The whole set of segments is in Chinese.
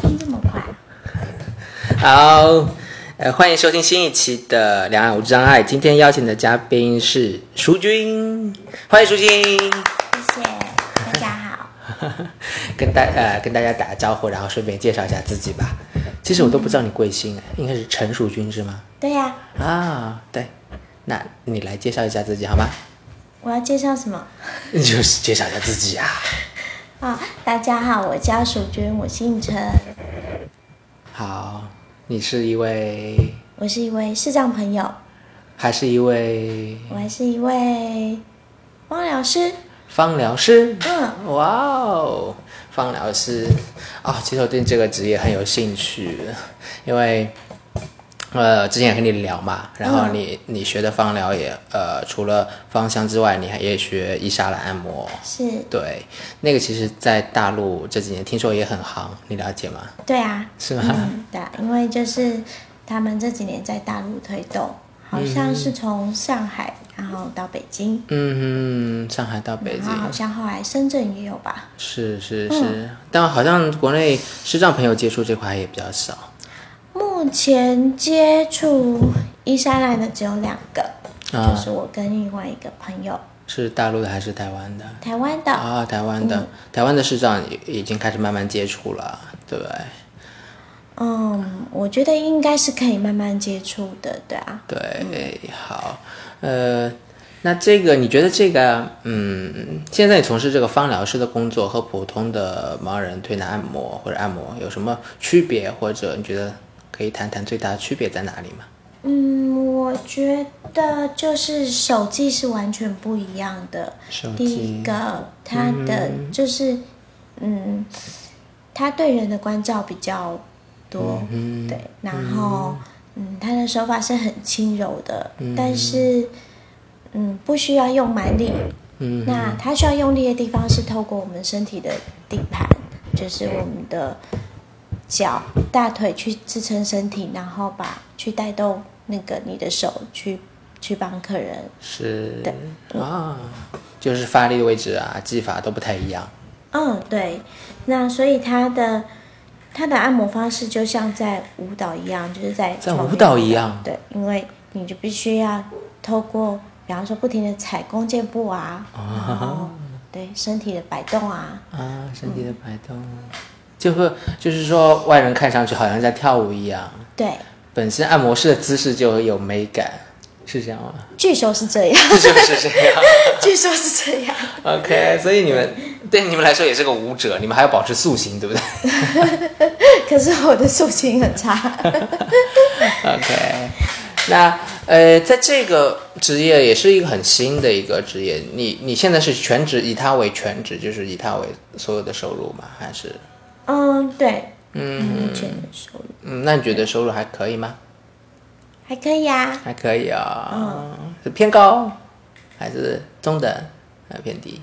听这么快？啊好，呃，欢迎收听新一期的《两岸无障碍》。今天邀请的嘉宾是淑君，欢迎淑君，谢谢大家好，跟大呃跟大家打个招呼，然后顺便介绍一下自己吧。其实我都不知道你贵姓，应该是陈淑君是吗？对呀、啊，对，那你来介绍一下自己好吗？我要介绍什么你就是介绍一下自己啊。啊？大家好，我叫蜀君，我姓陈，好，你是一位，我是一位视障朋友，还是一位我还是一位芳疗师。芳疗师？嗯，哇哦，芳疗师啊、其实我对这个职业很有兴趣，因为呃，之前也跟你聊嘛，然后你、你学的芳疗也呃，除了芳香之外，你还也学伊莎兰按摩，是，对，那个其实在大陆这几年听说也很行，你了解吗？对啊，是吗？嗯，对啊，因为就是他们这几年在大陆推动，好像是从上海，然后到北京，嗯哼，上海到北然京后，好像后来深圳也有吧？是是是，但好像国内视障朋友接触这块也比较少目前接触伊莎兰的只有两个，啊就，是我跟另外一个朋友，是大陆的还是台湾的？台湾的，啊，台湾的、台湾的市长已已经开始慢慢接触了，对不对？嗯，我觉得应该是可以慢慢接触的，对啊，对，好，呃，那这个你觉得这个，嗯，现在你从事这个芳疗师的工作和普通的盲人推拿按摩或者按摩有什么区别，或者你觉得可以谈谈最大的区别在哪里吗？嗯，我觉得就是手技是完全不一样的。手第一机个，它的就是，嗯，它对人的关照比较多，嗯对，然后，嗯，它的手法是很轻柔的，但是，嗯，不需要用蛮力。嗯那它需要用力的地方是透过我们身体的底盘，就是我们的脚、大腿去支撑身体，然后把去带动那个你的手去去帮客人。是对啊，就是发力的位置啊，技法都不太一样。嗯，对。那所以它的它的按摩方式就像在舞蹈一样，就是在在床舞边蹈一样对，因为你就必须要透过，比方说不停的踩弓箭步啊，然后对身体的摆动啊，啊，身体的摆动，就会就是说外人看上去好像在跳舞一样，对，本身按摩师的姿势就有美感，是这样吗？据说是这样， 是不是这样据说是这样。 ？OK，所以你们对你们来说也是个舞者，你们还要保持塑形，对不对可是我的塑形很差。 ？OK，那呃，在这个职业也是一个很新的一个职业，你你现在是全职以它为全职，就是以它为所有的收入吗？还是嗯，对，嗯，目前的收入嗯，那你觉得收入还可以吗？还可以啊。还可以啊、是偏高还是中等还是偏低？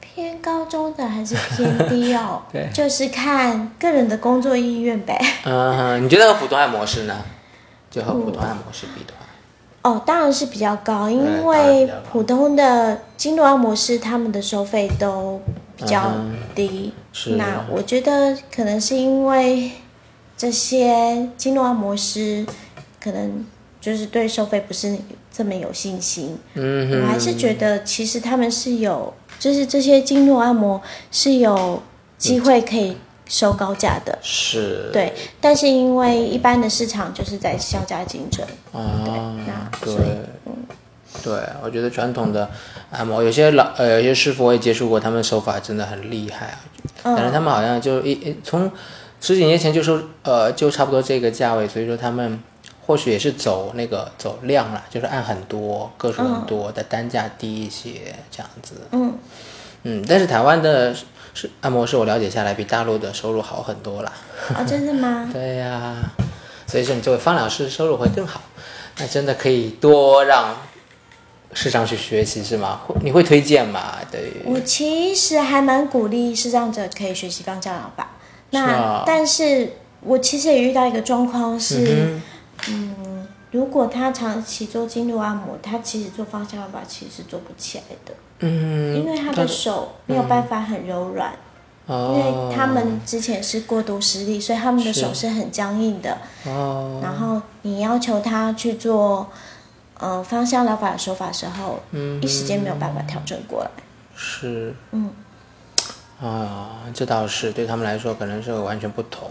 偏高中的还是偏低哦 对，就是看个人的工作意愿呗。 嗯，你觉得和普通按摩师呢？就和普通按摩师比的话，哦，当然是比较高，因当然比为较高普通的经络按摩师他们的收费都比较低。嗯是那我觉得可能是因为这些经络按摩师可能就是对收费不是这么有信心。嗯我还是觉得其实他们是有，就是这些经络按摩是有机会可以收高价的。是，对，但是因为一般的市场就是在削价竞争，啊，那对所以，对，我觉得传统的按摩，有些老呃，有些师傅我也接触过，他们手法真的很厉害啊，感觉他们好像就一一从十几年前就说呃，就差不多这个价位，所以说他们。或许也是走那个走量啦，就是按很多，个数很多，但单价低一些这样子。嗯，嗯，但是台湾的是是按摩师，我了解下来比大陆的收入好很多啦。哦，真的吗？对呀、所以说你作为方疗师收入会更好，那真的可以多让市场去学习是吗？会你会推荐吗？对，我其实还蛮鼓励视障者可以学习放教养法。那是啊但是我其实也遇到一个状况是，嗯如果他长期做经络按摩，他其实做放教养法其实是做不起来的，嗯，因为他的手没有办法很柔软。因为他们之前是过度失力，所以他们的手是很僵硬的。哦，然后你要求他去做，呃，芳香疗法的手法时候，嗯一时间没有办法调整过来。是嗯，啊，这倒是对他们来说可能是完全不同。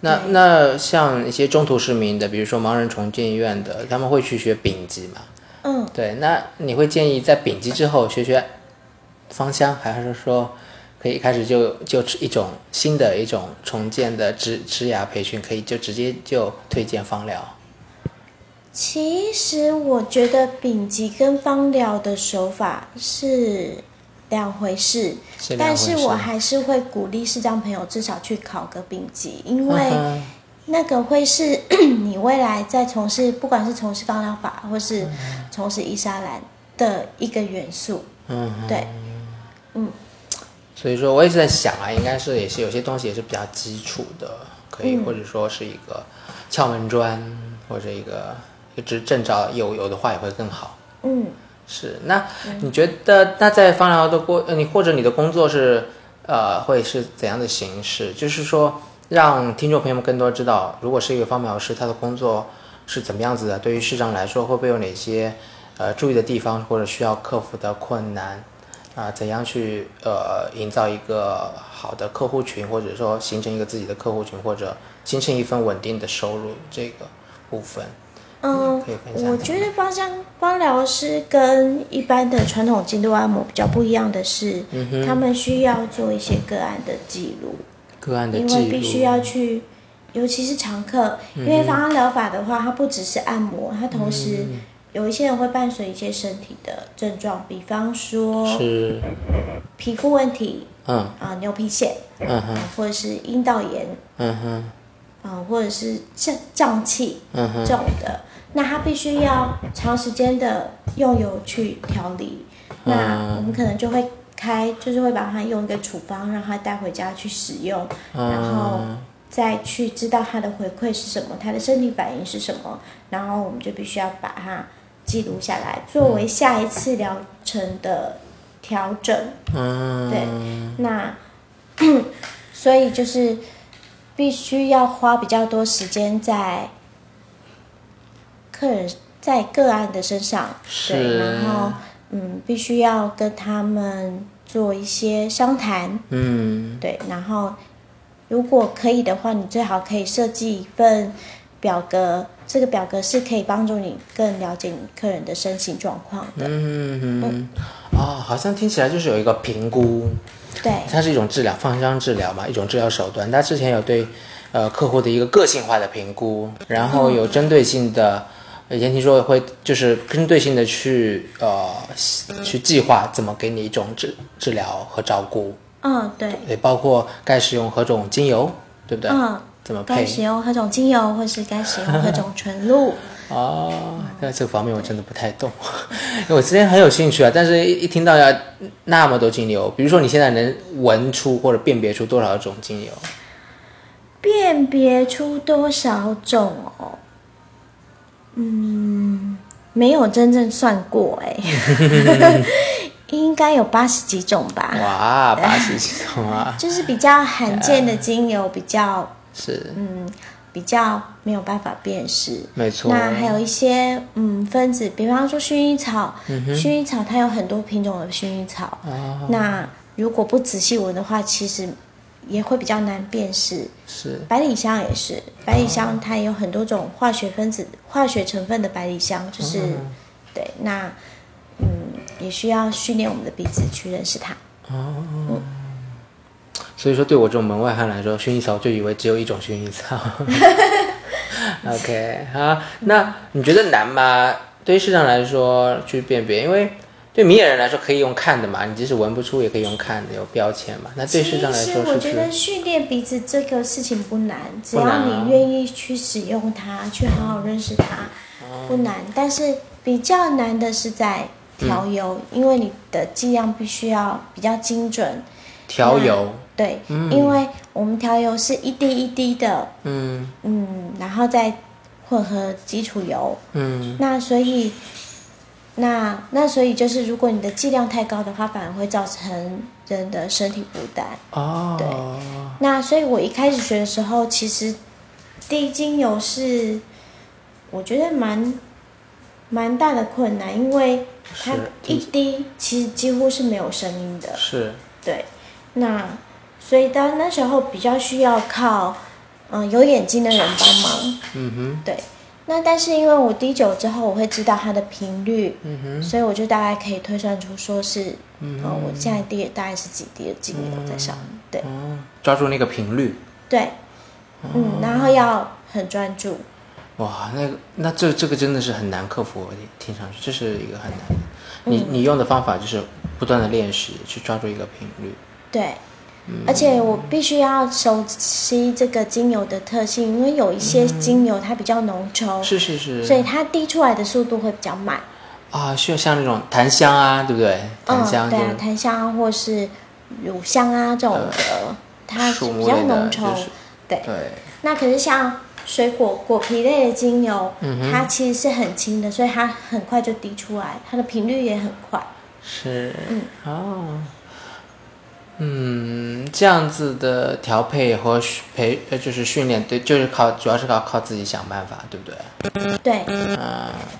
那那像一些中途失明的，比如说盲人重建医院的，他们会去学丙级嘛？嗯，对，那你会建议在丙级之后学学芳香，还是说可以一开始就就一种新的一种重建的植植牙培训，可以就直接就推荐芳疗？其实我觉得丙级跟芳疗的手法是两回事，是两但回是事我还是会鼓励视障朋友至少去考个丙级，因为、嗯那个会是嗯你未来在从事，不管是从事芳疗法或是嗯从事伊莎兰的一个元素。哼嗯哼对，嗯，所以说我也是在想啊，应该是也是有些东西也是比较基础的，可以、嗯或者说是一个敲门砖，或者一个一直证照有有的话也会更好。嗯，是，那你觉得那在芳疗的过，呃你或者你的工作是呃会是怎样的形式？就是说让听众朋友们更多知道，如果是一个芳疗师，他的工作是怎么样子的？对于市场来说，会不会有哪些呃注意的地方，或者需要克服的困难？啊、怎样去呃营造一个好的客户群，或者说形成一个自己的客户群，或者形成一份稳定的收入这个部分，嗯可以分享一下吗。我觉得芳香芳疗师跟一般的传统进度按摩比较不一样的是，嗯他们需要做一些个案的记录，个案的因记录嗯为必须要去，尤其是常客，因为芳香疗法的话，它不只是按摩，它同时嗯有一些人会伴随一些身体的症状，比方说是皮肤问题嗯啊、牛皮癣嗯啊、哼或者是阴道炎嗯哼啊、或者是胀胀气嗯哼这种的，那它必须要长时间的用油去调理。嗯那我们可能就会开，就是会把它用一个处方，让它带回家去使用，然后啊再去知道它的回馈是什么，它的身体反应是什么，然后我们就必须要把它记录下来，嗯作为下一次疗程的调整。嗯对，那 所以就是必须要花比较多时间在客人在个案的身上，对，是然后嗯，必须要跟他们做一些商谈，嗯对，然后如果可以的话，你最好可以设计一份表格，这个表格是可以帮助你更了解你客人的身心状况的，嗯嗯啊，好像听起来就是有一个评估，对，它是一种治疗，放香治疗嘛，一种治疗手段。它之前有对呃客户的一个个性化的评估，然后有针对性的，以前听说会就是针对性的去呃去计划怎么给你一种治治疗和照顾，嗯，对。也包括该使用何种精油，对不对？嗯，怎么该配？使用何种精油，或是该使用何种纯露。哦，那这个方面我真的不太懂， 因为我之前很有兴趣啊，但是一一听到要那么多精油，比如说你现在能闻出或者辨别出多少种精油？辨别出多少种哦？嗯，没有真正算过哎、应该有八十几种吧。哇，八十几种啊！就是比较罕见的精油，比较是，嗯，比较没有办法辨识。没错。那还有一些嗯分子，比方说薰衣草，薰衣草它有很多品种的薰衣草。那如果不仔细闻的话，其实也会比较难辨识。是，百里香也是，百里香它也有很多种化学分子、化学成分的百里香，就是、对那嗯也需要训练我们的鼻子去认识它。所以说对我这种门外汉来说，薰衣草就以为只有一种薰衣 草。OK 啊，那你觉得难吗？对于市场来说去辨别，因为对明眼人来说可以用看的嘛，你即使闻不出也可以用看的，有标签嘛。那对市场来其说实是我不觉是？得训练鼻子这个事情不难，只不难要啊你愿意去使用它，去好好认识它，不难。哦但是比较难的是在调油，嗯因为你的剂量必须要比较精准。调油，对，因为我们调油是一滴一滴的，嗯嗯，然后再混合基础油，嗯那所以那那所以就是，如果你的剂量太高的话，反而会造成人的身体负担。哦，对那所以我一开始学的时候，其实滴精油是我觉得蛮蛮大的困难，因为它是一听起滴其实几乎是没有声音的。是，对，那所以到那时候比较需要靠嗯、有眼睛的人帮忙。嗯对，那但是因为我滴久之后，我会知道它的频率，哼，嗯哼，所以我就大概可以推算出说是，嗯嗯、我现在滴了大概是几滴的精油在上面。对哦，抓住那个频率，对，哦嗯，然后要很专注。哇，那个那这这个真的是很难克服，听上去这是一个很难的。你、嗯你用的方法就是不断的练习，去抓住一个频率。对，嗯而且我必须要熟悉这个精油的特性，因为有一些精油它比较浓稠，嗯是是是，所以它滴出来的速度会比较慢。啊，需要像那种檀香啊，对不对？檀嗯、香就对是、呃啊，檀香啊或是乳香啊这种的，它树比木较类的浓就稠。是对，对，那可是像水果果皮类的精油，嗯哼它其实是很轻的，所以它很快就滴出来，它的频率也很快。是，哦，嗯，这样子的调配和训培呃就是训练，对，就是靠主要是靠靠自己想办法，对不对？对，嗯，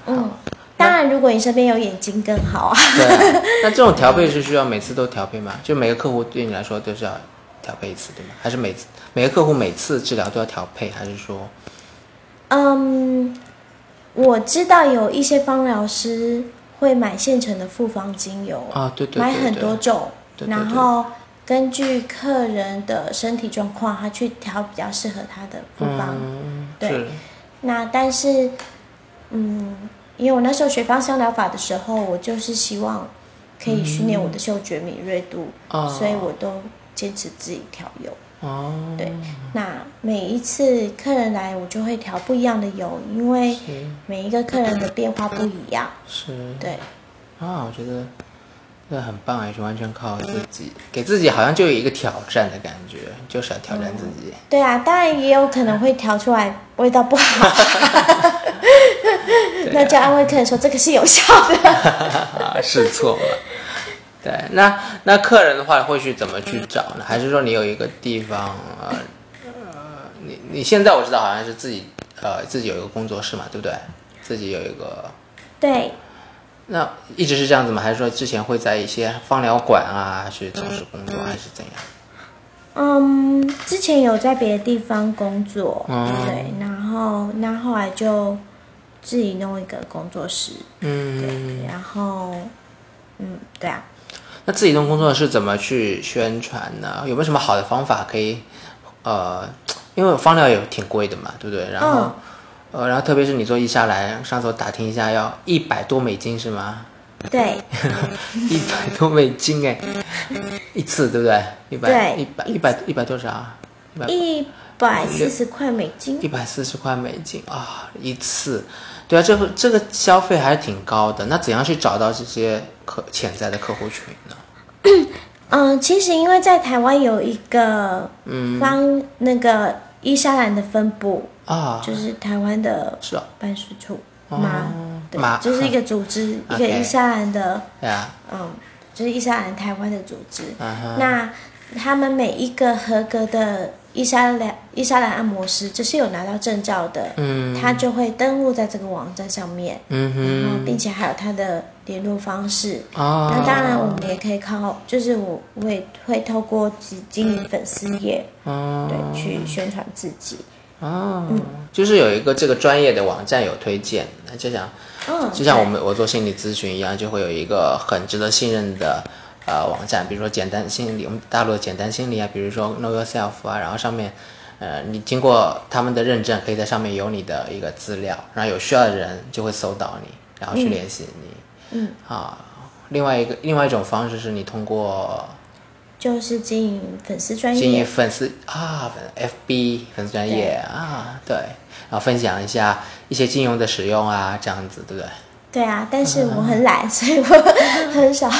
嗯，当然如果你身边有眼睛更好啊。 对啊。那这种调配是需要每次都调配吗？就每个客户对你来说都是要调配一次，对吗？还是每次每个客户每次治疗都要调配，还是说嗯，我知道有一些芳疗师会买现成的复方精油，啊？对对对对，买很多种，对对然对后根据客人的身体状况，他去调比较适合他的复方。嗯，对是那但是，嗯，因为我那时候学芳香疗法的时候，我就是希望可以训练我的嗅觉敏锐度，嗯哦所以我都坚持自己调油。哦，对，那每一次客人来，我就会调不一样的油，因为每一个客人的变化不一样。是。对，啊，我觉得这很棒哎，是完全靠自己，给自己好像就有一个挑战的感觉，就是要挑战自己。对啊，当然也有可能会调出来味道不好，那就安慰客人说这个是有效的。啊，试错嘛。 对，那那客人的话会去怎么去找呢？还是说你有一个地方呃呃，你你现在我知道好像是自己呃自己有一个工作室嘛，对不对？自己有一个，对，那一直是这样子吗？还是说之前会在一些芳疗馆啊去从事工作，还是怎样？嗯，之前有在别的地方工作，嗯对，然后那后来就自己弄一个工作室，嗯，然后嗯，对啊，那自己弄工作室怎么去宣传呢？有没有什么好的方法可以？呃，因为芳疗也挺贵的嘛，对不对？然后，呃，然后特别是你做一下来，上次我打听一下，要一百多美金是吗？对一百多美金哎，一次对不对？一百对一百一百一百多少啊？一百一百四十块美金，一百四十块美金啊，一次。对啊，这个这个消费还是挺高的。那怎样去找到这些客潜在的客户群呢？嗯，其实因为在台湾有一个嗯方、那个伊莎兰的分部，啊，就是台湾的是啊，哦办事处嘛，对嘛，就是一个组 织，一个 OK 伊莎兰的，对啊，嗯，就是伊莎兰台湾的组织。啊哈。那他们每一个合格的伊莎兰伊莎兰按摩师，就是有拿到证照的，嗯他就会登录在这个网站上面，嗯哼，然后并且还有他的联络方式。哦，那当然，我们也可以靠，就是我我也会透过自己经营粉丝页，哦，对，去宣传自己。哦，就是有一个这个专业的网站有推荐，那就像嗯，就像我们我做心理咨询一样，就会有一个很值得信任的呃网站，比如说简单心理，我们大陆的简单心理啊，比如说 Know Yourself 啊，然后上面。呃，你经过他们的认证，可以在上面有你的一个资料，然后有需要的人就会搜到你，然后去联系你。嗯。啊，另外一个另外一种方式是你通过就是经营粉丝专经营业，粉丝啊，粉 FB 粉丝专业啊，对，然后分享一下一些精油的使用啊，这样子，对不对？对啊，但是我很懒，所以我很少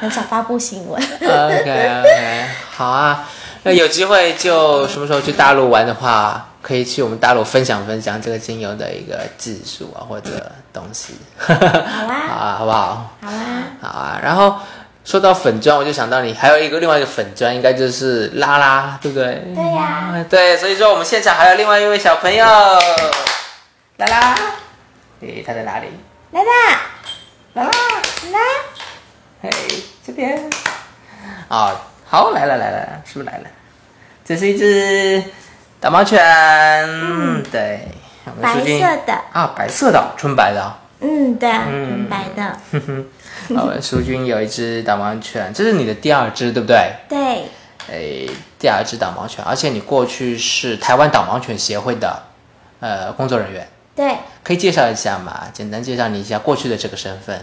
很少发布新 闻。 OK OK，好啊，那有机会就什么时候去大陆玩的话，可以去我们大陆分享分享这个精油的一个技术啊，或者东西。好啊，好啊，好不好？好啊，好啊。然后说到粉砖，我就想到你还有一个另外一个粉砖，应该就是拉拉，对不对？对呀、嗯对，所以说我们现场还有另外一位小朋友，拉拉，诶，他在哪里？来吧，拉拉，来，嘿，这边。啊、好，来了来了，是不是来了？这是一只导盲犬，嗯，对，我们白最近色的，啊，白色的，纯白的哦。嗯，对，嗯，白的，好，苏军有一只导盲犬，这是你的第二只，对不对？对，诶，第二只导盲犬，而且你过去是台湾导盲犬协会的呃工作人员，对。可以介绍一下吗？简单介绍你一下过去的这个身份。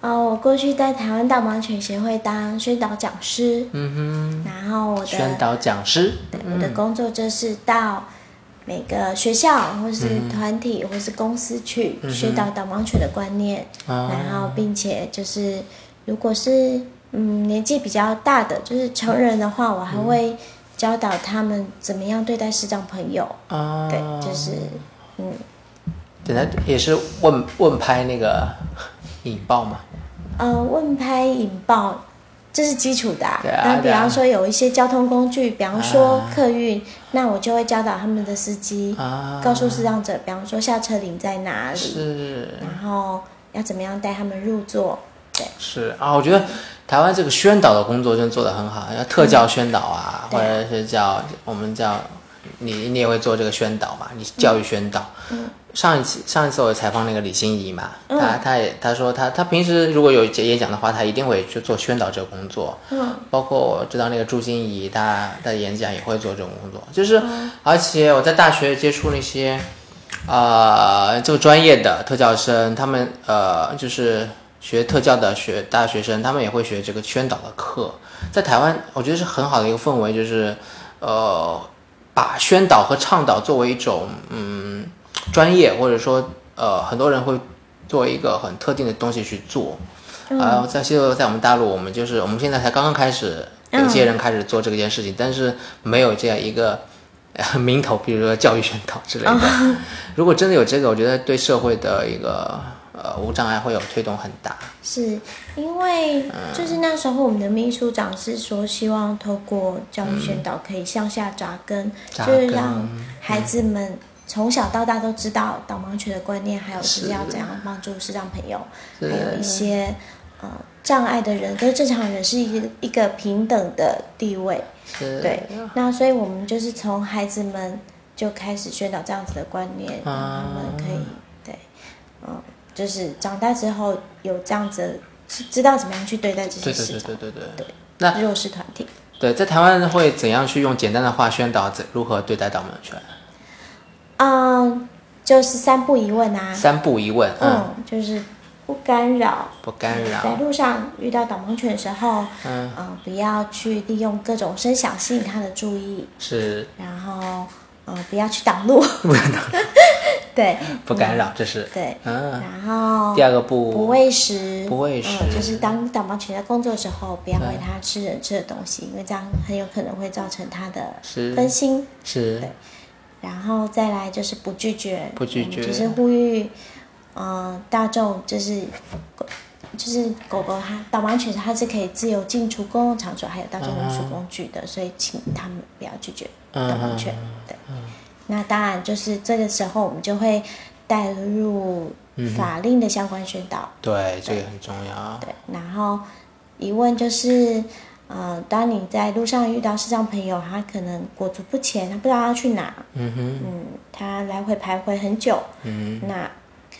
呃，我过去在台湾导盲犬协会当宣导讲师，嗯哼，然后我宣的导讲师，对我嗯的工作就是到每个学校或是嗯团体或是公司去宣导导盲犬的观念，啊然后并且就是如果是嗯年纪比较大的，就是成人的话，我还嗯会教导他们怎么样对待视障朋友，啊，对，就是嗯简单也是问问拍那个 引爆嘛，呃，问拍引爆，这是基础的、啊。对啊那比对啊方说有一些交通工具，比方说啊客运，那我就会教导他们的司机，啊告诉视障者，比方说下车铃在哪里，是然后要怎么样带他们入座。对，是啊，我觉得台湾这个宣导的工作真的做得很好，要特教宣导啊，嗯对或者是叫我们叫你你也会做这个宣导嘛，你教育宣导。嗯上一次上一次我采访那个李欣怡嘛，她、她也她说她她平时如果有演讲的话，她一定会去做宣导这个工作。嗯，包括我知道那个朱心怡，她的演讲也会做这种工作，就是、嗯而且我在大学接触那些，呃，这个专业的特教生，他们呃就是学特教的学大学生，他们也会学这个宣导的课，在台湾我觉得是很好的一个氛围，就是呃把宣导和倡导作为一种嗯专业，或者说呃很多人会做一个很特定的东西去做。啊，在就在我们大陆，我们就是我们现在才刚刚开始，有些人开始做这件事情，但是没有这样一个呃名头，比如说教育宣导之类的。如果真的有这个，我觉得对社会的一个呃无障碍会有推动很大。是因为嗯就是那时候我们的秘书长是说，希望透过教育宣导可以向下扎根，扎就是根让孩子们从小到大都知道导盲犬的观念，还有就是要怎样帮助视障朋友，还有嗯一些呃障碍的人跟正常人是一个一个平等的地位。是对，那所以我们就是从孩子们就开始宣导这样子的观啊念，让他们可以对，嗯，就是长大之后有这样子知知道怎么样去对待这些对对对事对情，对对对。弱势团体。对，在台湾会怎样去用简单的话宣导怎如何对待导盲犬？嗯，就是三不一问啊，三不一问，嗯，嗯，就是不干扰。不干在扰，路上遇到导盲犬的时候，嗯嗯、不要去利用各种声响吸引它的注意，是然后，呃，不要去挡 路，对不干扰，这是对，嗯。然后第二个不不喂食，不喂食嗯就是当导盲犬在工作的时候，不要喂它吃人吃的东西，因为这样很有可能会造成它的是分心。是然后再来就是不拒绝，不拒绝嗯就是呼吁，呃，大众就是狗，就是狗狗它导盲犬它是可以自由进出公共场所，还有大众嗯运输工具的，所以请他们不要拒绝导盲嗯犬。对，那当然就是这个时候我们就会带入嗯法令的相关宣导，对，这个很重要。对，然后疑问就是，呃，当你在路上遇到视障朋友，他可能裹足不前，他不知道要去哪，嗯哼。嗯，他来回徘徊很久，嗯，那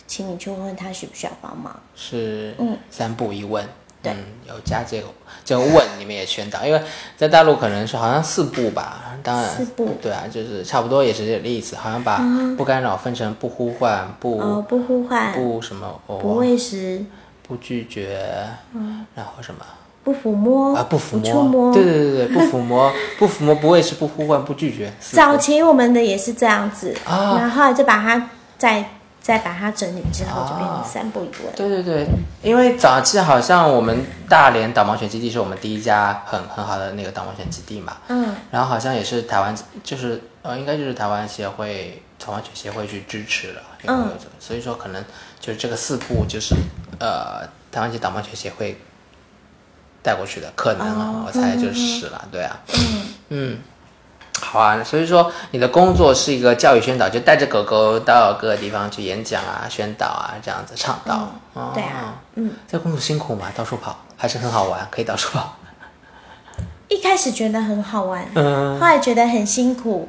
请你去问他需不需要帮忙，是嗯三不一问，对嗯，有加这个这个问，你们也宣导，因为在大陆可能是好像四步吧，当然四嗯步对啊，就是差不多也是这个意思，好像把不干扰分成不呼唤、不、呃，不呼唤，不什么哦，不喂食，不拒绝，然后什么。不抚摸，啊，不抚哦触摸，摸，对对对对，不抚摸， 不抚摸，不喂食，不呼唤，不拒绝，四早期我们的也是这样子，啊然后后来就把它再再把它整理之后，就变成三步一问。对对对，因为早期好像我们大连导盲犬基地是我们第一家很很好的那个导盲犬基地嘛，嗯，然后好像也是台湾，就是呃，应该就是台湾协会导盲犬协会去支持了，嗯有没有所以说可能就是这个四步就是呃，台湾籍导盲犬协会呃带过去的，可能哦啊，嗯我猜就是了，对啊，嗯。好啊，所以说你的工作是一个教育宣导，就带着狗狗到各个地方去演讲啊、宣导啊，这样子倡导。哦对啊，嗯，这工作辛苦吗？到处跑还是很好玩，可以到处跑。一开始觉得很好玩，嗯后来觉得很辛 苦，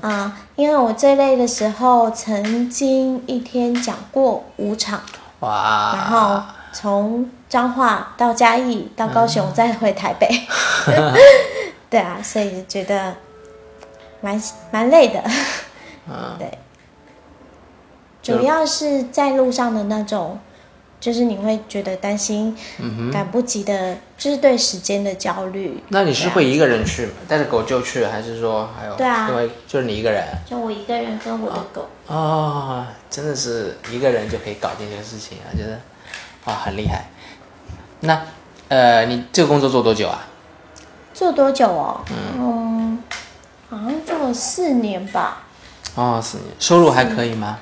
啊、因为我最累的时候，曾经一天讲过五场，哇，然后从彰化到嘉义到高雄，再回台北，对啊，所以就觉得蛮蛮累的， 对，就主要是在路上的那种，就是你会觉得担心赶不及的，就是对时间的焦虑。那你对是啊会一个人去吗？带着狗就去，还是说还有？对啊因为就是你一个人就我一个人跟我的狗，哦，真的是一个人就可以搞定这个事情啊，觉得哇很厉害。那呃，你这个工作做多久啊？做多久哦？嗯，好像做了四年吧，哦，四年，收入还可以 吗？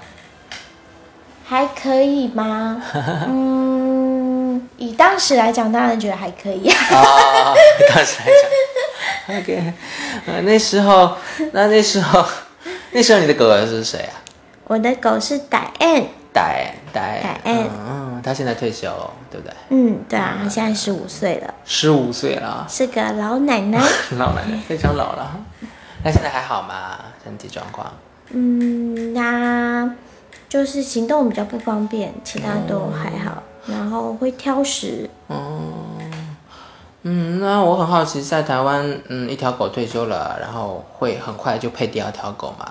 还可以吗？嗯，以当时来讲，当然觉得还可以。 啊，当时来讲，OK，呃，那时候，那那时候，那时候你的狗狗是谁啊？我的狗是 Diane，戴戴戴恩嗯嗯，他现在退休了，对不对？嗯，对啊，它现在十五岁了，十五岁了，是个老奶 奶。老奶奶嗯非常老了。那现在还好吗？身体状况？嗯，那就是行动比较不方便，其他都还好。然后会挑食，嗯，那我很好奇，在台湾，嗯，一条狗退休了，然后会很快就配第二条狗吗？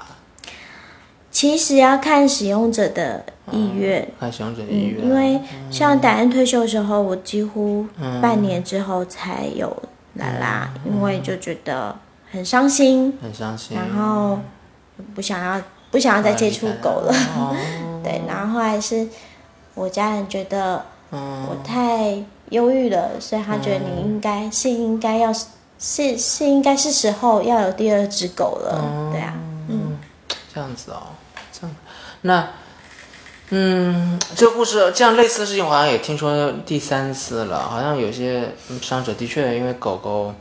其实要看使用者的意愿。看使用者意嗯，愿，因为像戴恩退休的时候，我几乎嗯半年之后才有拉拉，因为就觉得很伤心，很伤心。然后不想要不想要再接触狗了。哦， 对，然后后来是我家人觉得嗯我太忧郁了，所以他觉得你应该是应该要是是应该是时候要有第二只狗了，对啊，嗯，这样子哦，这样，那，嗯，这个故事这样类似的事情，我好像也听说第三次了。好像有些嗯伤者的确因为狗狗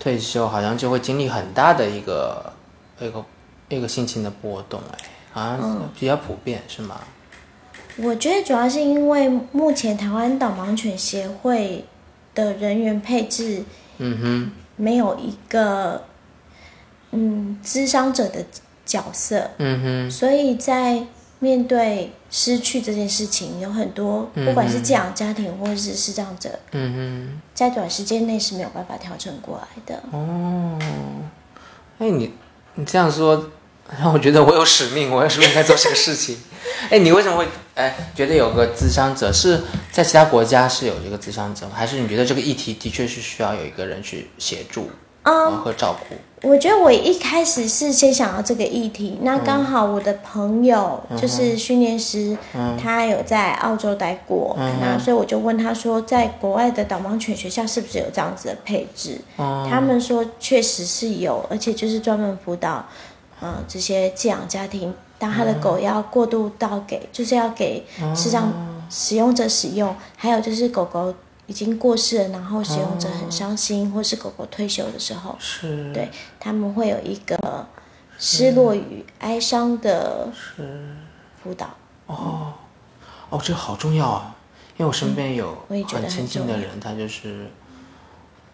退休，好像就会经历很大的一个一个一个心情的波动，哎，好像比较普遍、是吗？我觉得主要是因为目前台湾导盲犬协会的人员配置嗯哼，没有一个嗯咨商者的角色，嗯哼，所以在面对失去这件事情，有很多不管是寄养家庭或者是视障者，嗯在短时间内是没有办法调整过来的。哼，哦，哎，你你这样说。 让我觉得我有使命，我是不是应该做这个事情？哎，你为什么会哎觉得有个咨商者是在其他国家是有一个咨商者吗？还是你觉得这个议题的确是需要有一个人去协助然后嗯，和照顾？我觉得我一开始是先想到这个议题，那刚好我的朋友就是训练师，他有在澳洲待过，那所以我就问他说，在国外的导盲犬学校是不是有这样子的配置？他们说确实是有，而且就是专门辅导，呃，这些寄养家庭，当他的狗要过渡到给，就是要给是让使用者使用，还有就是狗狗已经过世了，然后使用者很伤心，或是狗狗退休的时候，是对他们会有一个失落与哀伤的辅导。哦，这个好重要啊！因为我身边有嗯我也觉得很很亲近重的要人，他就是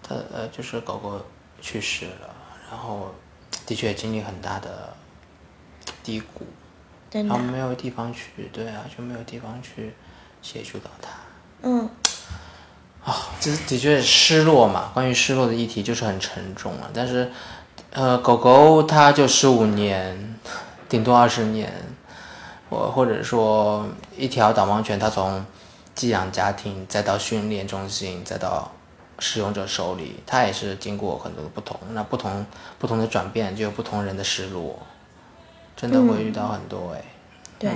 他呃，就是狗狗去世了，然后的确经历很大的低谷，真然的后啊，没有地方去，对啊，就没有地方去协助到他。啊嗯，这的确失落嘛，关于失落的议题就是很沉重啊。但是，呃，狗狗它就十五年，顶多二十年，我或者说一条导盲犬，它从寄养家庭再到训练中心，再到使用者手里，它也是经过很多的不同，那不同不同的转变就有不同人的失落，真的会遇到很多哎、对啊，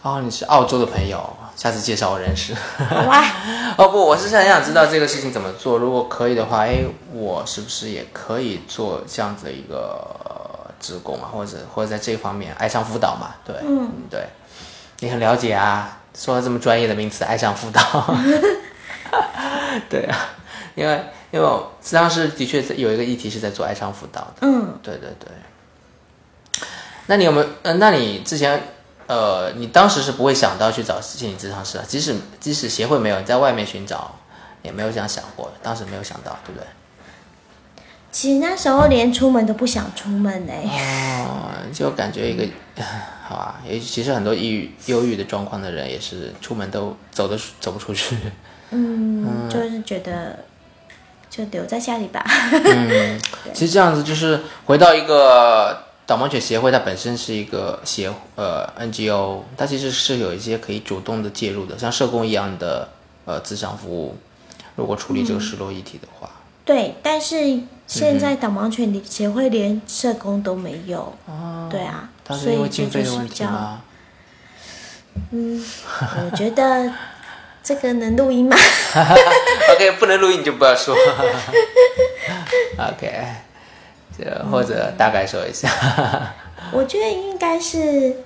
哦，你是澳洲的朋友，下次介绍我认识。好啊吧， 哦不，我是很想知道这个事情怎么做。如果可以的话，哎，我是不是也可以做这样子的一个呃职工啊，或者或者在这方面爱上辅导嘛？对，嗯，对，你很了解啊，说了这么专业的名词，爱上 辅导， 对啊，因为因为我实际上是的确在有一个议题是在做爱上辅导的，嗯，对对对。那你有没有？呃，那你之前，呃，你当时是不会想到去找心理咨商师啊？即使即使协会没有，你在外面寻找，也没有这样想过，当时没有想到，对不对？其实那时候连出门都不想出门哎、哦，就感觉一个， 好啊，也其实很多抑郁、忧郁的状况的人，也是出门都走的走不出去。嗯，就是觉得就留在家里吧。 其实这样子就是回到一个导盲犬协会，它本身是一个协呃 NGO，它其实是有一些可以主动的介入的，像社工一样的呃咨商服务，如果处理这个失落议题的话，对，但是现在导盲犬协会连社工都没有，对啊，它所哦是因以为这经就费的是问比题较，吗？ 我觉得这个能录音吗？ OK，不能录音你就不要说。OK，这或者大概说一下。我觉得应该是，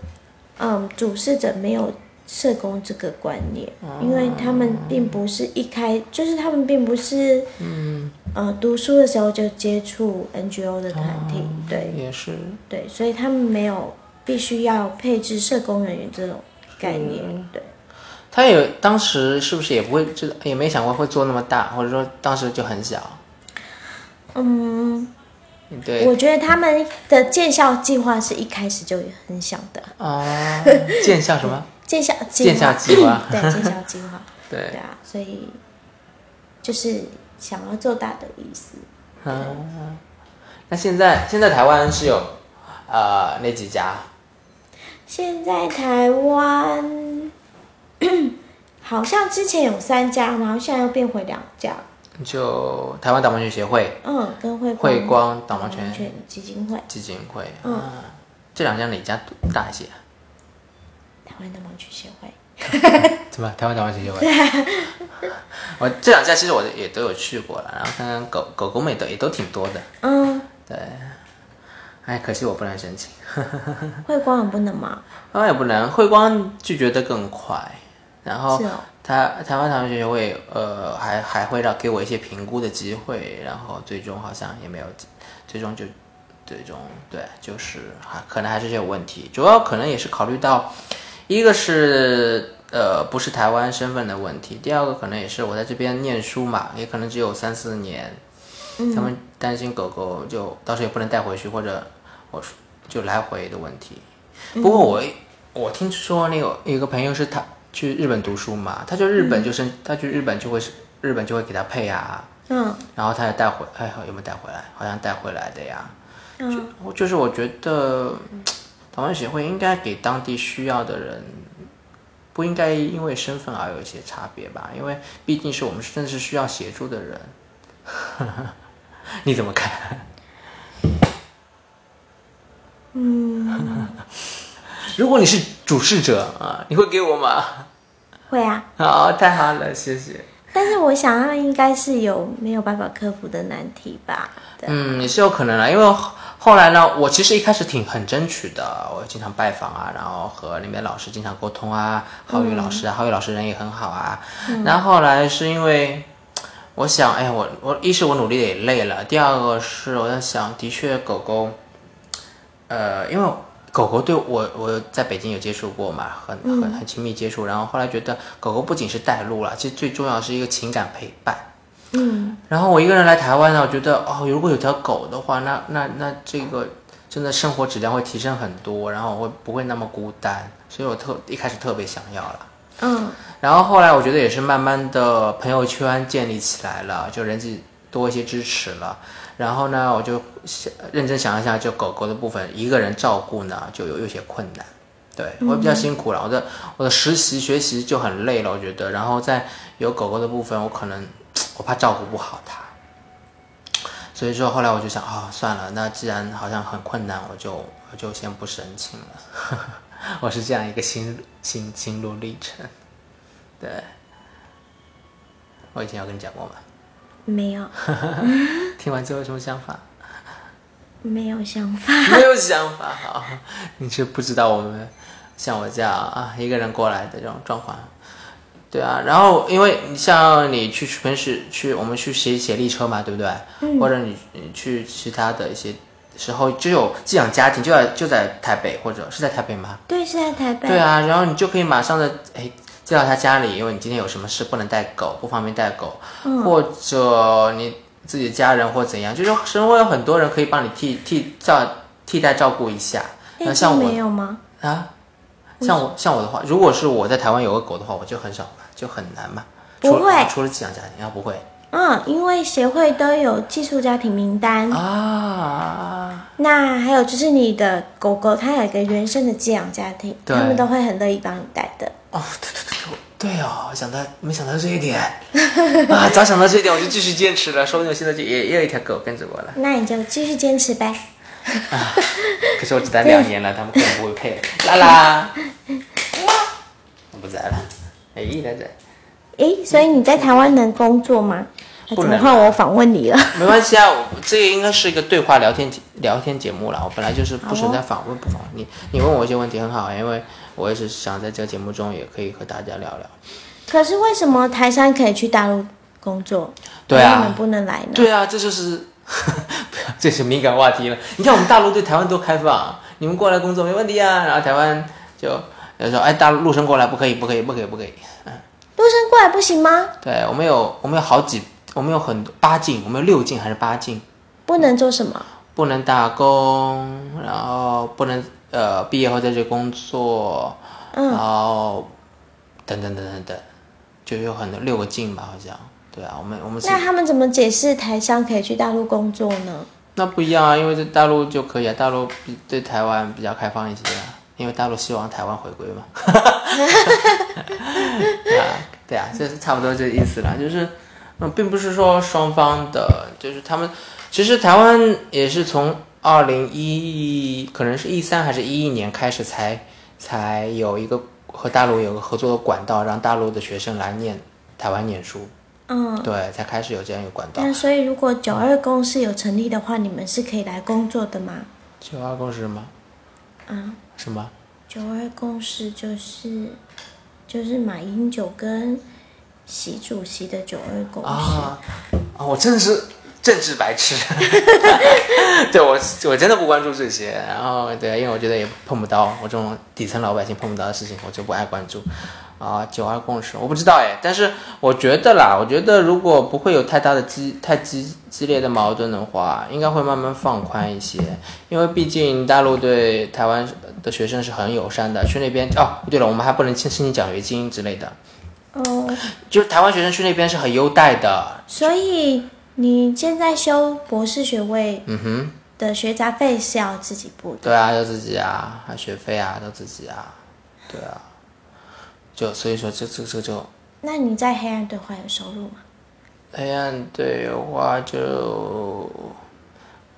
嗯，主事者没有社工这个观念，因为他们并不是一开，就是他们并不是，嗯，呃，读书的时候就接触 NGO 的团体，对也是，对，所以他们没有必须要配置社工人员这种概念，对，他也当时是不是也不会知道，也没想过会做那么大，或者说当时就很小。嗯，对我觉得他们的建校计划是一开始就很想的，啊，见 效什么？建校计划，见效计划 对，建校计划。对对，啊，所以就是想要做大的意思。那现在现在台湾是有呃那几家现在台湾 好像之前有三家，然后现在又变回两家。就台湾导盲犬协会、嗯，跟慧光慧光导盲盲犬犬基金会，基金会，嗯啊，这两家哪家大一些？台湾的盲犬协会。嗯怎么台湾导盲犬协会？ 我这两家其实我也都有去过了，然后看看狗狗狗们也都也都挺多的。 嗯，哎，可惜我不能申请，慧光很不能吗？当然也不能。慧光拒绝的更快，然后是哦台台湾导盲犬协会呃还还会让给我一些评估的机会，然后最终好像也没有，最终就最终对就是还可能还是有问题，主要可能也是考虑到一个是呃不是台湾身份的问题，第二个可能也是我在这边念书嘛，也可能只有三四年，他们担心狗狗就到时候也不能带回去，或者我说就来回的问题。不过我我听说那个有一个朋友是他去日本读书嘛，他就日本就是、他去日本就会是日本就会给他配啊，嗯然后他也带回，哎，有没有带回来？好像带回来的呀。嗯，我就是我觉得，嗯台湾协会应该给当地需要的人，不应该因为身份而有一些差别吧？因为毕竟是我们真的是需要协助的人。 你怎么看？嗯， 如果你是主事者啊，你会给我吗？会啊。好，太好了，谢谢。但是我想，他们应该是有没有办法克服的难题吧？ 对，嗯，也是有可能啦，因为后后来呢，我其实一开始挺很争取的，我经常拜访啊，然后和那边老师经常沟通啊，浩宇老师啊，浩宇老师人也很好啊。然后后来是因为我想，哎，我我一是我努力的也累了，第二个是我在想，的确狗狗，呃，因为狗狗对我我在北京有接触过嘛，很很很亲密接触，然后后来觉得狗狗不仅是带路了，其实最重要的是一个情感陪伴。嗯，然后我一个人来台湾呢，我觉得哦，如果有条狗的话，那那那这个真的生活质量会提升很多，然后我会不会那么孤单？所以我特一开始特别想要了。嗯然后后来我觉得也是慢慢的朋友圈建立起来了，就人际多一些支持了。然后呢，我就想认真想一下，就狗狗的部分，一个人照顾呢，就有有些困难。对我比较辛苦了，我的我的实习学习就很累了，我觉得。然后在有狗狗的部分，我可能我怕照顾不好它，所以说后来我就想啊、算了，那既然好像很困难，我就我就先不申请了。 我是这样一个心心心路历程。对，我以前有跟你讲过吗？没有，听完之后有什么想法？ 没有想法。没有想法，好，你是不知道我们像我这样啊一个人过来的这种状况。对啊，然后因为你像你去平时去我们去骑协力车嘛，对不对？嗯或者你你去其他的一些时候，就有寄养家庭就在就在台北，或者是在台北吗？对，是在台北。对啊，然后你就可以马上的哎寄到他家里，因为你今天有什么事不能带狗，不方便带狗，嗯，或者你自己的家人或怎样，就是生活有很多人可以帮你替替照替代照顾一下。那内像地我没有吗？啊，像我像我的话，如果是我在台湾有个狗的话，我就很少嘛，就很难嘛。不除了会除了寄养家庭啊，不会嗯，因为协会都有寄宿家庭名单，啊。那还有就是你的狗狗，它有一个原生的寄养家庭，对他们都会很乐意帮你带的。哦，对对对对，对哦，想到没想到这一 点啊，早想到这一点我就继续坚持了，说不定我现在就也也有一条狗跟着我了。那你就继续坚持呗。嗯可是我只待两年了，他们可能不会 配了。啦啦，我不在了，哎，来在。诶，所以你在台湾能工作吗？那不怎能么换我访问你了？没关系啊，我这个应该是一个对话聊天节聊天节目啦。我本来就是不存在访问不访问你，你问我一些问题很好，因为我也是想在这个节目中也可以和大家聊聊。可是为什么台山可以去大陆工作，对为什么啊，不能来呢？对啊，这就是不要 这是敏感话题了。你看我们大陆对台湾多开放，你们过来工作没问题啊。然后台湾就就说，哎，大陆陆生过来不可以，不可以，不可以，不可以。陆生过来不行吗？对我们有我们有好几，我们有很多八禁，我们有六禁还是八禁？不能做什么？不能打工，然后不能呃毕业后在这工作，然后等等等等等，就有很多六个禁吧，好像。对啊，我们我们是那他们怎么解释台商可以去大陆工作呢？那不一样啊，因为在大陆就可以啊，大陆比对台湾比较开放一些啊，因为大陆希望台湾回归嘛。 啊，对啊，就是差不多这意思啦，就是，嗯，并不是说双方的，就是他们，其实台湾也是从二零一，可能是一三还是一一年开始才才有一个和大陆有个合作的管道，让大陆的学生来念台湾念书，嗯，对，才开始有这样一个管道。那所以如果九二共识有成立的话，你们是可以来工作的吗？九二共识吗？啊，什么？九二共识就是就是马英九跟习主席的九二共识。啊啊！我真的是政治白痴， 对我我真的不关注这些。然后对，因为我觉得也碰不到我这种底层老百姓碰不到的事情，我就不爱关注。啊，九二共识我不知道哎，但是我觉得啦，我觉得如果不会有太大的激太激激烈的矛盾的话，应该会慢慢放宽一些，因为毕竟大陆对台湾的学生是很友善的，去那边哦，对了，我们还不能申请奖学金之类的，哦，就是台湾学生去那边是很优待的，所以你现在修博士学位嗯哼。的学杂费是要自己补的。对啊，要自己啊，还学费啊，都自己啊，对啊，就所以说这这这就那你在黑暗对话有收入吗？黑暗对话就，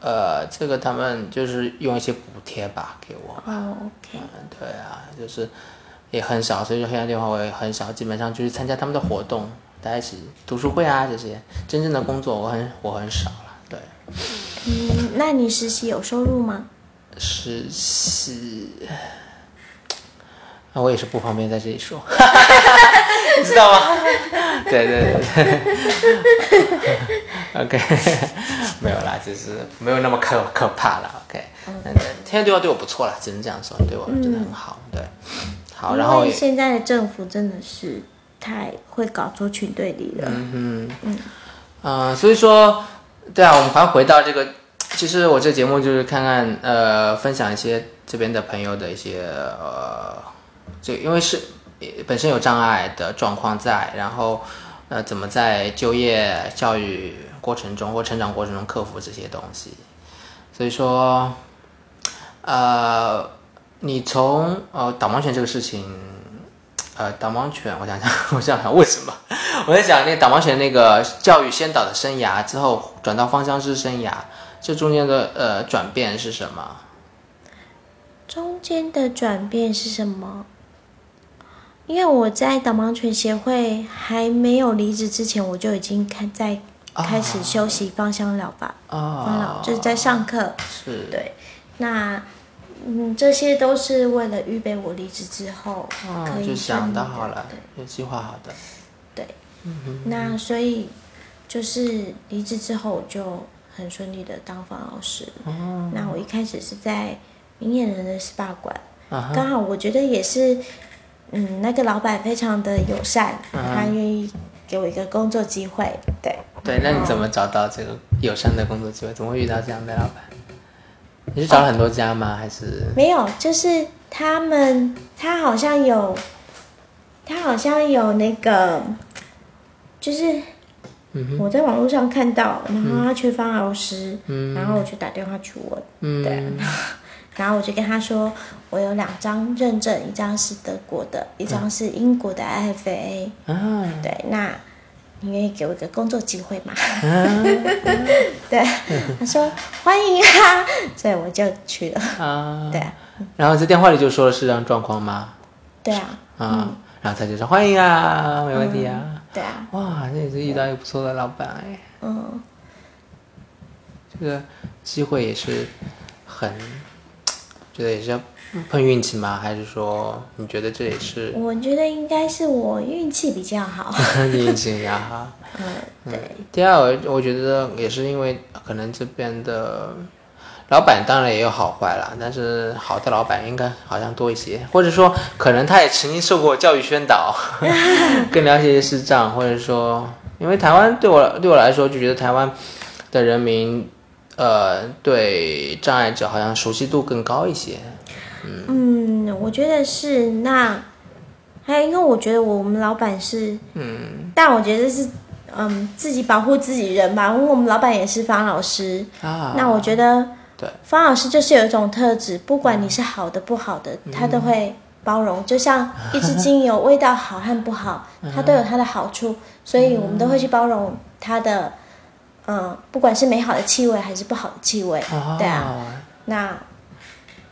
呃，这个他们就是用一些补贴吧给我，哦，OK，嗯，对啊，就是也很少，所以说黑暗对话我也很少，基本上就是参加他们的活动，大家一起读书会啊这些，真正的工作我很我很少了，对。嗯，那你实习有收入吗？实习，啊，我也是不方便在这 里说，你知道吗？对对对 对，OK，没有啦，就是没有那么可可怕了，OK。嗯，天天对话对我不错啦，只能这样说，对我真的很好，对，好，然后因为也现在的政府真的是太会搞族群对立了。嗯，所以说，对啊，我们还回到这个，其实我这节目就是看看呃，分享一些这边的朋友的一些呃，这因为是呃本身有障碍的状况在，然后呃，怎么在就业、教育过程中或成长过程中克服这些东西，所以说，呃，你从呃导盲犬这个事情，呃导盲犬，我想想， 我想想为什么？ 我在讲那个导盲犬那个教育先导的生涯之后转到芳香师生涯，这中间的呃转变是什么？中间的转变是什么？因为我在导盲犬协会还没有离职之前，我就已经开在开始修习芳香疗法，啊芳疗哦就是在上课。是对，那嗯，这些都是为了预备我离职之后啊可，以就想顺利到地好了嗯对，有计划好的，那所以就是离职之后，我就很顺利的当方老师。哦那我一开始是在明眼人的 SPA 馆，啊哈刚好我觉得也是，嗯，那个老板非常的友善，他愿意给我一个工作机会。对，对，那你怎么找到这个友善的工作机会？怎么会遇到这样的老板？你是找了很多家吗？还是没有，就是他们，他好像有，他好像有那个，就是。我在网络上看到，然后他缺方老师，然后我就打电话去问，对 啊嗯，然后我就跟他说，我有两张认证，一张是德国的，一张是英国的 IFA，、啊对，那你愿意给我一个工作机会吗？啊 对，他说欢迎啊， 所以我就去了。啊？ 对啊，然后在电话里就说了是这样状况吗？对啊，啊，然后他就说欢迎啊，没问题啊。对啊，哇，那也是遇到一个不错的老板哎，嗯，这个机会也是很，觉得也是要碰运气吗？还是说你觉得这也是我觉得应该是我运气比较好。 你运气呀？哈。嗯，对，第二，我我觉得也是因为可能这边的呃老板当然也有好坏啦，但是好的老板应该好像多一些，或者说可能他也曾经受过教育宣导， 更了解视障，或者说因为台湾对我对我来说就觉得台湾的人民呃对障碍者好像熟悉度更高一些，嗯，我觉得是那，还有因为我觉得我们老板是，嗯，但我觉得是。嗯，自己保护自己人吧，因为我们老板也是方老师，啊那我觉得，对，嗯方老师就是有一种特质，不管你是好的不好的，他都会包容。就像一支精 油味道好和不好，嗯它都有它的好处，所以我们都会去包容它的，嗯，不管是美好的气味还是不好的气味，哦对啊。那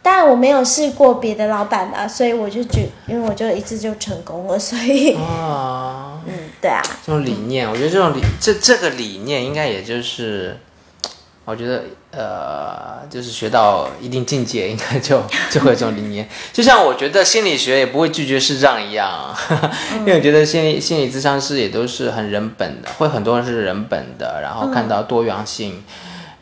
当然我没有试过别的老板啦，所以我就觉，因为我就一次就成功了，所以，啊。 嗯，对啊，这种理念，我觉得这种理这这个理念应该也就是，我觉得呃，就是学到一定境界，应该就 就会有这种理念。就像我觉得心理学也不会拒绝视障一样， 因为我觉得心理心理咨商师也都是很人本的，会很多人是人本的，然后看到多元性。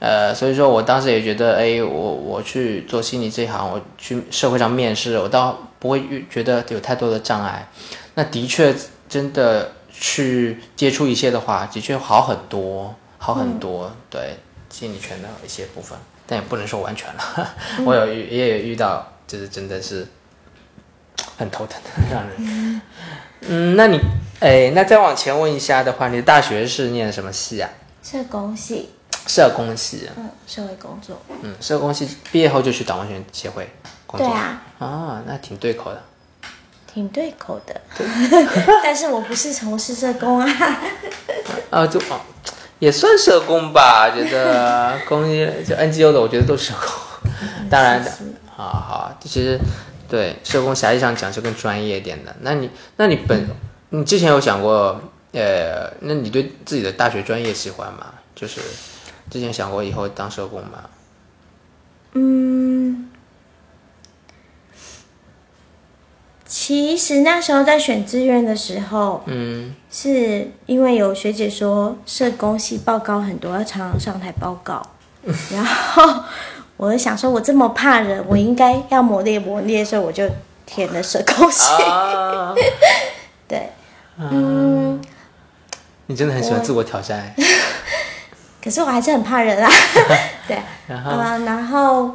呃，所以说我当时也觉得，哎，我我去做心理这一行，我去社会上面试，我倒不会遇觉得有太多的障碍。那的确，真的去接触一些的话，的确好很多，好很多。对心理权的一些部分，但也不能说完全了。 嗯我有遇也有遇到，就是真的是很头疼， 让人。嗯，那你哎，那再往前问一下的话，你大学是念什么系啊？社工系，社工系。嗯，社会工作，嗯，社工系毕业后就去导盲犬协会工对作。啊。啊，那挺对口的。挺对口的， 但是我不是从事社工啊。啊，就哦，也算社工吧，觉得公益就 NGO 的，我觉得都是社工。当然的，啊好，其实对社工狭义上讲是更专业一点的。那你那你本你之前有想过，呃，那你对自己的大学专业喜欢吗？就是之前想过以后当社工吗？嗯，其实那时候在选志愿的时候，嗯是因为有学姐说社工系报告很多，要常常上台报告，然后我就想说，我这么怕人，我应该要磨练磨练，所以我就填了社工系。啊， 对，嗯，你真的很喜欢自我挑战。可是我还是很怕 人啊。对，然后啊、然后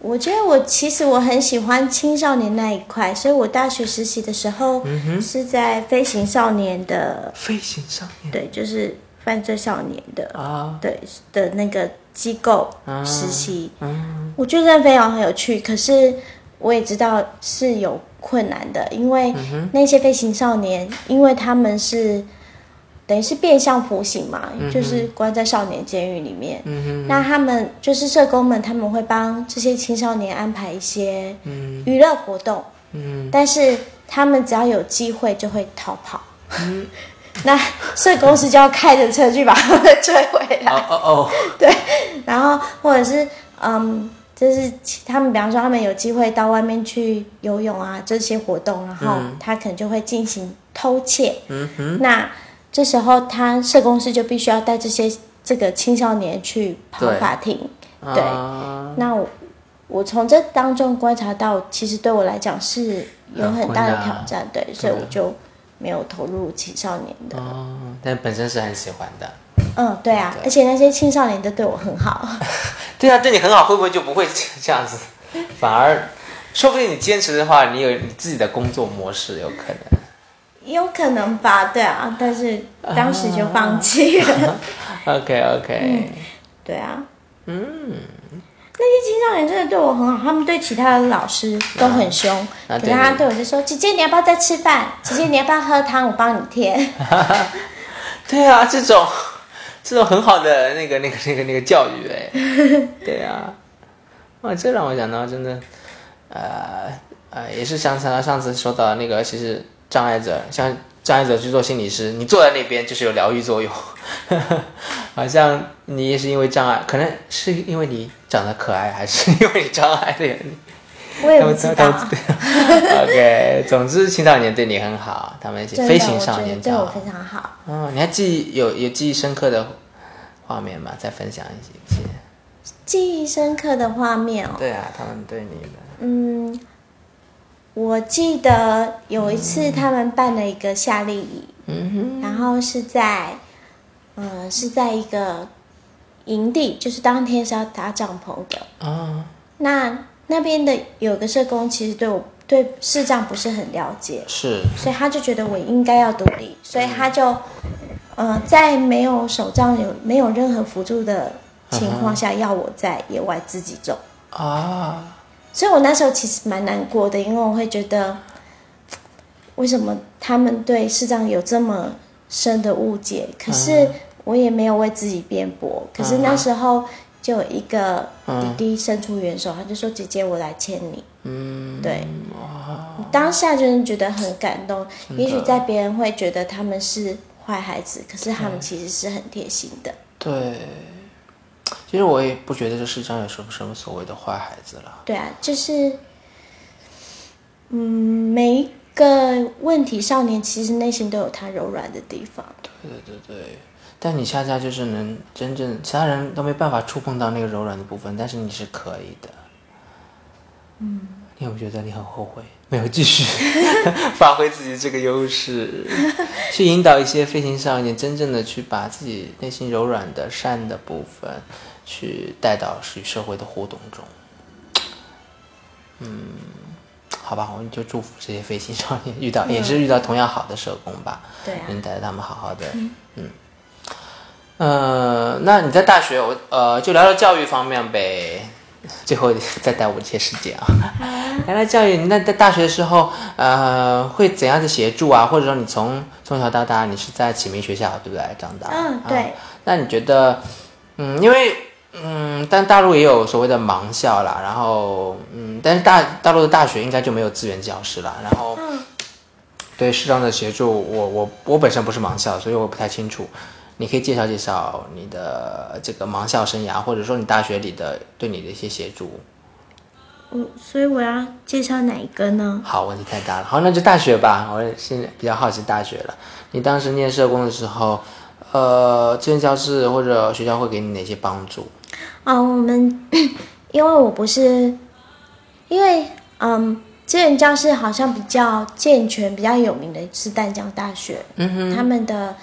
我觉得我其实我很喜欢青少年那一块，所以我大学实习的时候嗯是在飞行少年的，飞行少年对，就是犯罪少年的，啊，对的那个机构啊实习。嗯我觉得非常很有趣，可是我也知道是有困难的，因为那些飞行少年，因为他们是等于是变相服刑嘛，就是关在少年监狱里面。那他们就是社工们，他们会帮这些青少年安排一些娱乐活动，但是他们只要有机会就会逃跑。 那社工是就要开着车去把他们追回来。哦哦对，然后或者是嗯，就是其他们，比方说他们有机会到外面去游泳啊这些活动，然后他可能就会进行偷窃。嗯哼，那这时候他社工师就必须要带这些这个青少年去跑对法庭。哦，对啊那我我从这当中观察到，其实对我来讲是有很很困大的难挑战，嗯对，所以我就没有投入青少年的。哦，但本身是很喜欢的。嗯，对啊，而且那些青少年都对我很好。对啊，对你很好，会不会就不会 这样子？反而，说不定你坚持的话，你有你自己的工作模式，有可能。有可能吧，对啊，但是当时就放弃了。 OK OK，、对啊，嗯，那些青少年真的对我很好，他们对其他的老师都很凶，那可对是他你对我就说：“姐姐，你要不要再吃饭？姐姐，你要不要喝汤？我帮你添。对啊，这种这种很好的那个那个那个那个教 育，哎，对啊，哇，这让我想到真的，呃呃，也是想起来上次说到那个，其实障碍者像障碍者去做心理师，你坐在那边就是有疗愈作用， 好像你也是因为障碍，可能是因为你长得可爱，还是因为你障碍的原 因。”我也不知道啊， OK，总之青少年对你很好，他们一起真的，飞行我觉少得年对交我往非。常好。哦，你还记忆有有记忆深刻的画面吗？再分享一些。记忆深刻的画面哦，对啊，他们对你的嗯，我记得有一次他们办了一个夏令营，嗯、然后是在，呃，是在一个营地，就是当天是要搭帐篷的。啊、那那边的有个社工，其实对我对视障不是很了解，是所以他就觉得我应该要独立，所以他就，呃，在没有手杖有没有任何辅助的情况下，要我在野外自己走。啊，所以我那时候其实蛮难过的，因为我会觉得，嗯为什么他们对市长有这么深的误解？可是我也没有为自己辩驳。可是那时候就有一个弟弟伸出援手，他就说：“姐姐，我来牵你。”嗯，对。当下就是觉得很感动。也许在别人会觉得他们是坏孩子，可是他们其实是很贴心的。对。其实我也不觉得这世上有什么什么所谓的坏孩子了。对啊，就是，嗯，每一个问题少年其实内心都有他柔软的地方。对对对对，但你恰恰就是能真正，其他人都没办法触碰到那个柔软的部分，但是你是可以的。嗯，你有没有觉得你很后悔没有继续 发挥自己这个优势，去引导一些飞行少年真正的去把自己内心柔软的善的部分，去带到与社会的互动中。嗯，好吧，我们就祝福这些飞行少年遇到、也是遇到同样好的社工吧。对啊，能带着他们好好的，嗯，呃，那你在大学，我呃，就聊聊教育方面呗。 最后再带我一些时间啊， 聊聊教育。那在大学的时候，呃，会怎样的协助啊？或者说你从从小到大，你是在启明学校对不对长大？嗯啊对那你觉得，嗯，因为嗯，但大陆也有所谓的盲校啦，然后嗯，但是大大陆的大学应该就没有资源教师啦，然后对适当的协助，我我我本身不是盲校，所以我不太清楚。你可以介绍介绍你的这个盲校生涯，或者说你大学里的对你的一些协助。我嗯所以我要介绍哪一个呢？好，问题太大了。好，那就大学吧。我现在比较好奇大学了。你当时念社工的时候，呃，志愿教室或者学校会给你哪些帮助？啊、我们 因为我不是，因为嗯，资源教室好像比较健全、比较有名的是淡江大学，嗯哼，他们的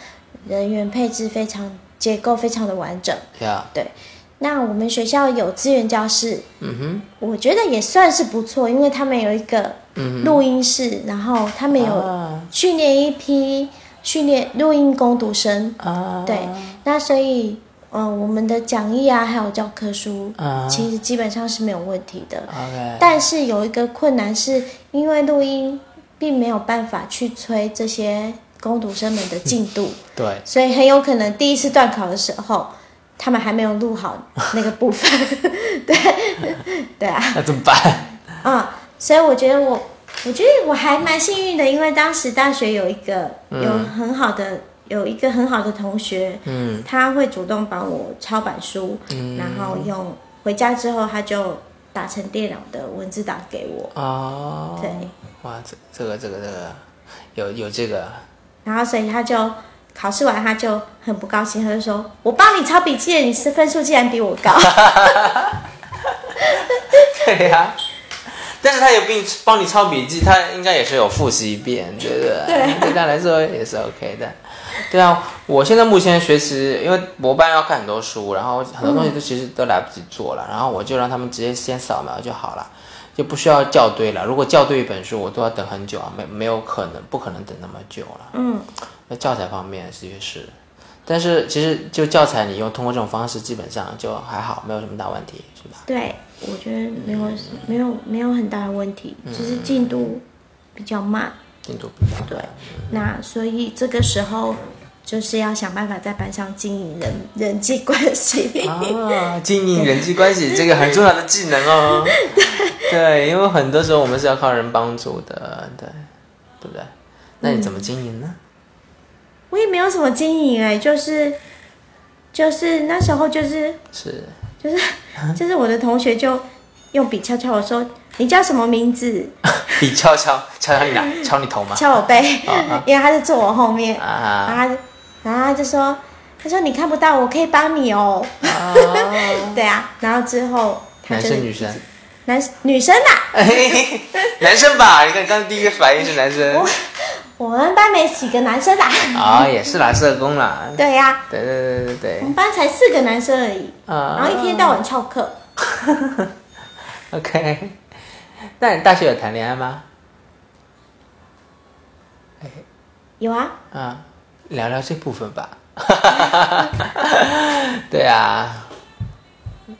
人员配置非常结构非常的完整。对哦啊，对，那我们学校有资源教室，嗯哼，我觉得也算是不错，因为他们有一个录音室，然后他们有嗯啊训练一批训练录音工读生，啊，对，那所以嗯、我们的讲义啊，还有教科书，啊其实基本上是没有问题的。 ，OK，但是有一个困难是，因为录音并没有办法去催这些攻读生们的进度，对，所以很有可能第一次段考的时候，他们还没有录好那个部 分。对，对啊，那怎么办？嗯，所以我觉得我，我觉得我还蛮幸运的，因为当时大学有一个有很好的有一个很好的同学，嗯，他会主动帮我抄板书，然后用回家之后他就打成电脑的文字档给我， 哦，对，哇，这这个这个这个有有这个，然后所以他就考试完他就很不高兴，他就说：“我帮你抄笔记了，你是分数竟然比我高。对呀、但是他有并帮你抄笔记，他应该也是有复习一遍，对不对？对，对他来说也是 OK 的。对啊，我现在目前学习，因为博班要看很多书，然后很多东西都其实都来不及做了，然后我就让他们直接先扫描就好了，就不需要校对了。如果校对一本书，我都要等很久啊，没没有可能，不可能等那么久了。嗯，那教材方面的确是，但是其实就教材，你用通过这种方式，基本上就还好，没有什么大问题，是吧？对，我觉得没有没有没有很大的问题，就是嗯进度比较慢。进度比较对，嗯那所以这个时候就是要想办法在班上经营人人际关系。啊，经营人际关系这个很重要的技能哦。对，因为很多时候我们是要靠人帮助的，对，对不对？那你怎么经营呢？我也没有什么经营哎、就是就是那时候就是是 啊就是我的同学就用笔敲敲我说你叫什么名字，比敲敲敲敲你哪？敲你头吗？敲我背，因为他是坐我后面，然后啊他就然后他就说他说你看不到我可以帮你哦，啊！对啊，然后之后他男就是生女生？男女生啦、 男生吧？你看刚刚第一个反应是男生我们班没几个男生 啦、啊，也是啦，社工啦。对呀、对对对对我对们班才四个男生而已，然后啊一天到晚翘课。 ！OK，那你大学有谈恋爱吗？有啊，啊，聊聊这部分吧。对啊，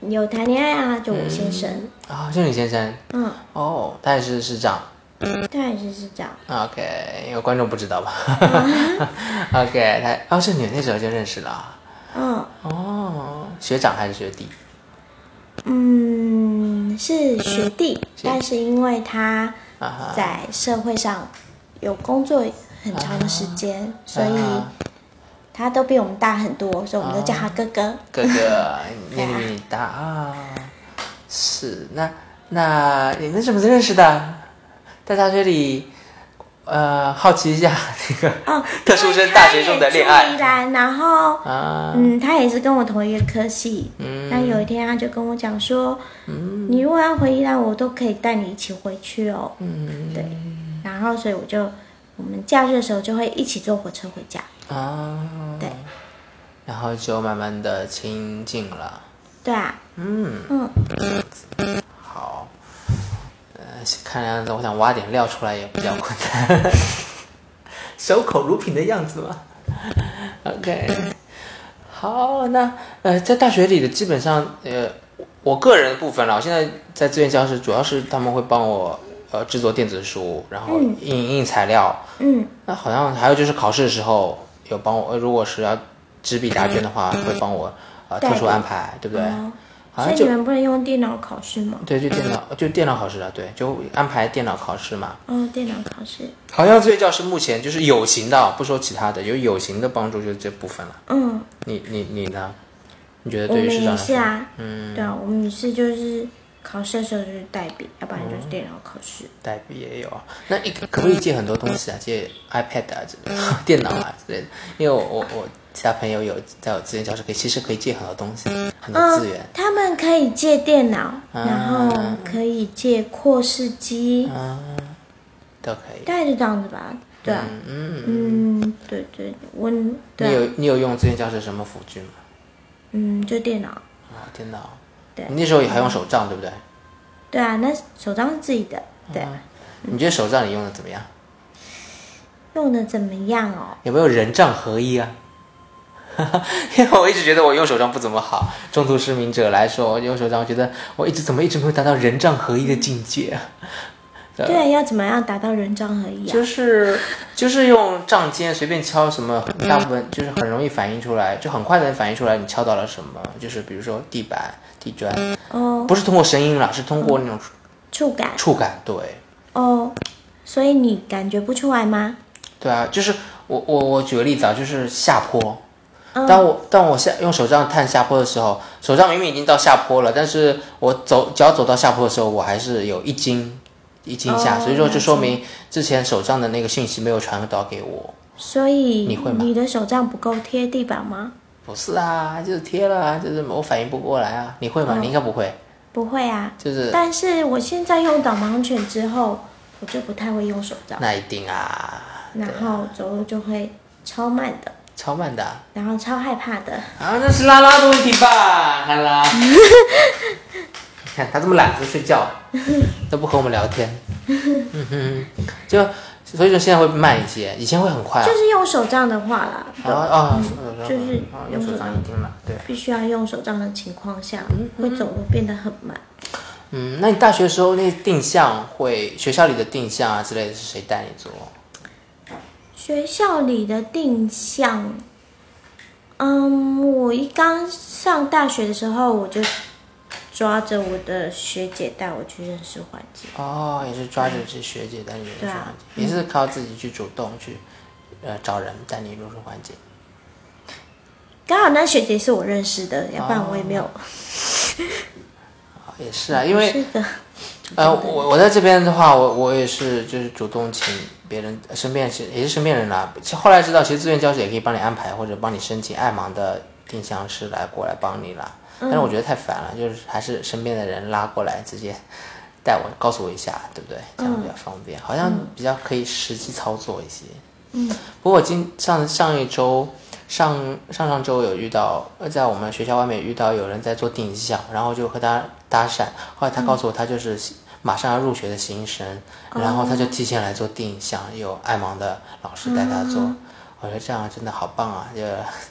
有谈恋爱啊，就我先生，啊、就你先生，嗯，哦，他也是市长当然是是这样。 ，OK，因为观众不知道吧？OK，他哦，这你们那时候就认识了啊，嗯哦，学长还是学弟？嗯，是学弟，但是因为他啊哈，在社会上有工作很长的时间，所以啊他都比我们大很多，所以我们都叫他哥哥。哥哥年龄比你大啊，是那那你们怎么认识的？在大学里，呃，好奇一下那个哦， 特殊生大学生的恋他也住宜爱兰，然后啊，嗯，他也是跟我同一个科系。嗯那有一天他就跟我讲说，你如果要回宜兰，我都可以带你一起回去哦。嗯对，然后所以我就我们假日的时候就会一起坐火车回家。啊，对，然后就慢慢的亲近了。对啊，嗯，嗯，好，呃，看样子我想挖点料出来也比较困 难，守口如瓶的样子嘛。OK，好，那呃，在大学里的基本上，呃，我个人的部分啦，我现在在志愿教室，主要是他们会帮我呃制作电子书，然后印印材料，嗯，那好像还有就是考试的时候有帮我，呃如果是要纸笔答卷的话，会帮我呃代特笔殊安排，对不对？哦好所以像你就们不能用电脑考试吗？对，就电脑就电脑考试了，对，就安排电脑考试嘛。哦，电脑考试，好像最教师目前就是有形的啊，不说其他的，有有形的帮助就是这部分了。嗯，你你你呢？你觉得我们对于市长也来是说，啊，嗯，对啊，我们也是就是考试的时候就是代笔，要不然就是电脑考试。代笔也有啊？那你可可不可以借很多东西啊？借 iPad 啊之类的，电脑啊之类的？因为我我我其他朋友有在我之前教室可以，其实可以借很多东西，很多资源。他们可以借电脑，啊然后可以借扩视机，啊，都可以。大概就这样子吧。对啊，嗯，嗯，对对，我你对啊，有你有用资源教室什么辅具吗？嗯，就电脑。啊，电脑。对你那时候也还用手杖，对不对？对啊，那手账是自己的，对啊，你觉得手杖你用的怎么样？用的怎么样哦？有没有人杖合一啊？ 因为我一直觉得我右手杖不怎么好。中途失明者来说，我右手杖，我觉得我一直怎么一直没有达到人杖合一的境界啊？对啊，要怎么样达到人杖合一啊？就是就是用杖尖随便敲什么，大部分就是很容易反映出来，就很快能反映出来你敲到了什么。就是比如说地板、地砖，哦不是通过声音啦，是通过那种触感触感。对，哦，所以你感觉不出来吗？对啊，就是我我我举个例子啊，就是下坡，嗯当我当我下用手杖探下坡的时候，手杖明明已经到下坡了，但是我走脚走到下坡的时候，我还是有一斤一斤下，哦所以说了就解说明之前手杖的那个讯息没有传导给我。所以你会吗的手杖不够贴地板吗？不是啊，就是贴了啊，就是我反应不过来啊。你会吗？你应该不会，不会啊，就是但嗯是我现在用导盲犬之后，我就不太会用手杖，那一定啊，然后走路就会超慢的，超慢的啊，然后超害怕的。啊那是拉拉的问题吧，拉拉。你看他这么懒，不睡觉， 都不和我们聊天，嗯哼，就所以说现在会慢一些，以前会很快啊就。是用手杖的话啦，然后啊，就是啊，用用手手杖杖一定了，对。必须要用手杖的情况下，会走路变得很慢。嗯，那你大学时候那定向会学校里的定向啊之类的是谁带你做？学校里的定向，嗯，我一刚上大学的时候，我就抓着我的学姐带我去认识环境。哦，也是抓着这学姐带你入对入啊环境，也是靠自己去主动去呃找人带你入入环境。刚好那学姐是我认识的，要不然我也没有。啊也是哦啊，因为是的，呃，我我在这边的话，我我也是就是主动请别人呃身边是也是身边人啦、其后来知道，其实志愿教师也可以帮你安排或者帮你申请爱盲的定向师来过来帮你啦。但是我觉得太烦了，就是还是身边的人拉过来直接带我告诉我一下，对不对？嗯这样比较方便，好像比较可以实际操作一些。嗯，不过我今上上一周。上上上周有遇到，呃在我们学校外面遇到有人在做定向，然后就和他搭讪，后嗯来他告诉我他就是新马上要入学的新生，哦然后他就提前来做定向，有爱盲的老师带他嗯做，我觉得这样真的好棒啊！就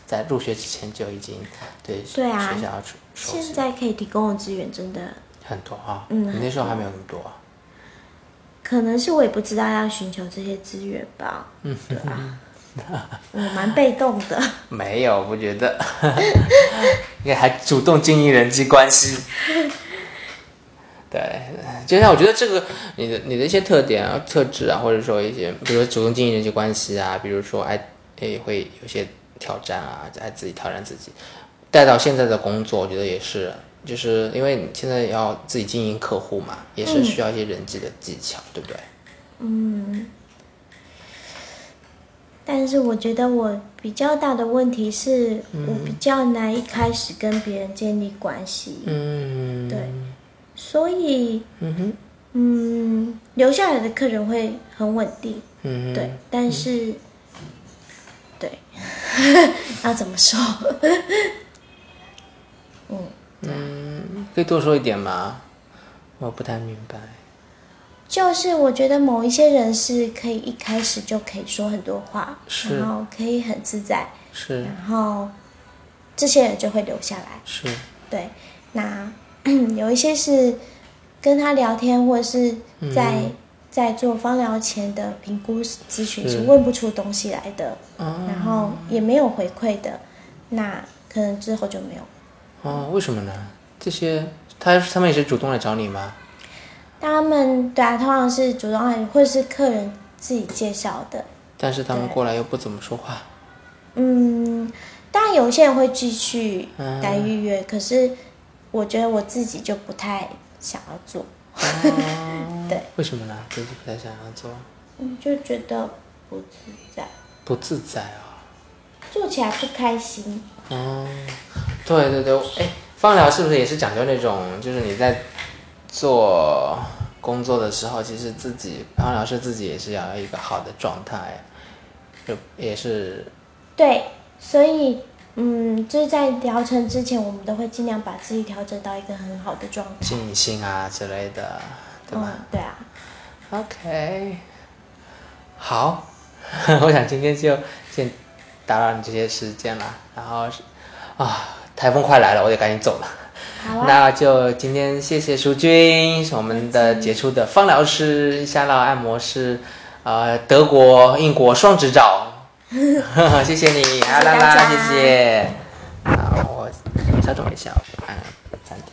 在入学之前就已经对对啊学校要出熟现悉在可以提供的资源真的，很多啊，嗯你那时候还没有那么多啊，可能是我也不知道要寻求这些资源吧。嗯，对 啊，我蛮被动的。没有，我觉得， 你还主动经营人际关系。对，就像我觉得这个你的你的一些特点啊、特质啊，或者说一些，比如说主动经营人际关系啊，比如说爱也会有些挑战啊，爱自己挑战自己，带到现在的工作，我觉得也是，就是因为你现在要自己经营客户嘛，也是需要一些人际的技巧，对不对？但是我觉得我比较大的问题是，嗯我比较难一开始跟别人建立关系，嗯，对，所以，嗯嗯，留下来的客人会很稳定，嗯，对，但是，对， 要怎么说？ 嗯可以多说一点吗？我不太明白。就是我觉得某一些人是可以一开始就可以说很多话，是然后可以很自在，是然后这些人就会留下来。是，对，那 有一些是跟他聊天，或者是嗯在、在做芳疗前的评估咨询是是问不出东西来的，哦然后也没有回馈的，那可能之后就没有。哦，为什么呢？这些他他们也是主动来找你吗？他们对啊，通常是主动来，或者是客人自己介绍的。但是他们对过来又不怎么说话。嗯，当然有些人会继续嗯来预约，可是我觉得我自己就不太想要做，对，哦为什么呢？自己不太想要做，嗯就觉得不自在。不自在啊、做起来不开心。哦。对对对，哎，放疗是不是也是讲究那种，就是你在做工作的时候，其实自己放疗师自己也是要有一个好的状态，就也是对，所以嗯，就是在疗程之前，我们都会尽量把自己调整到一个很好的状态。静心啊之类的，对吧？嗯，对啊， OK，好，我想今天就先打扰你这些时间了。然后啊，台风快来了，我得赶紧走了。好啊那就今天谢谢淑君，是我们的杰出的芳疗师、夏洛按摩师，呃，德国、英国双 执照，谢谢你，阿大拉拉，家谢谢。好，我稍等我一下，我按暂停。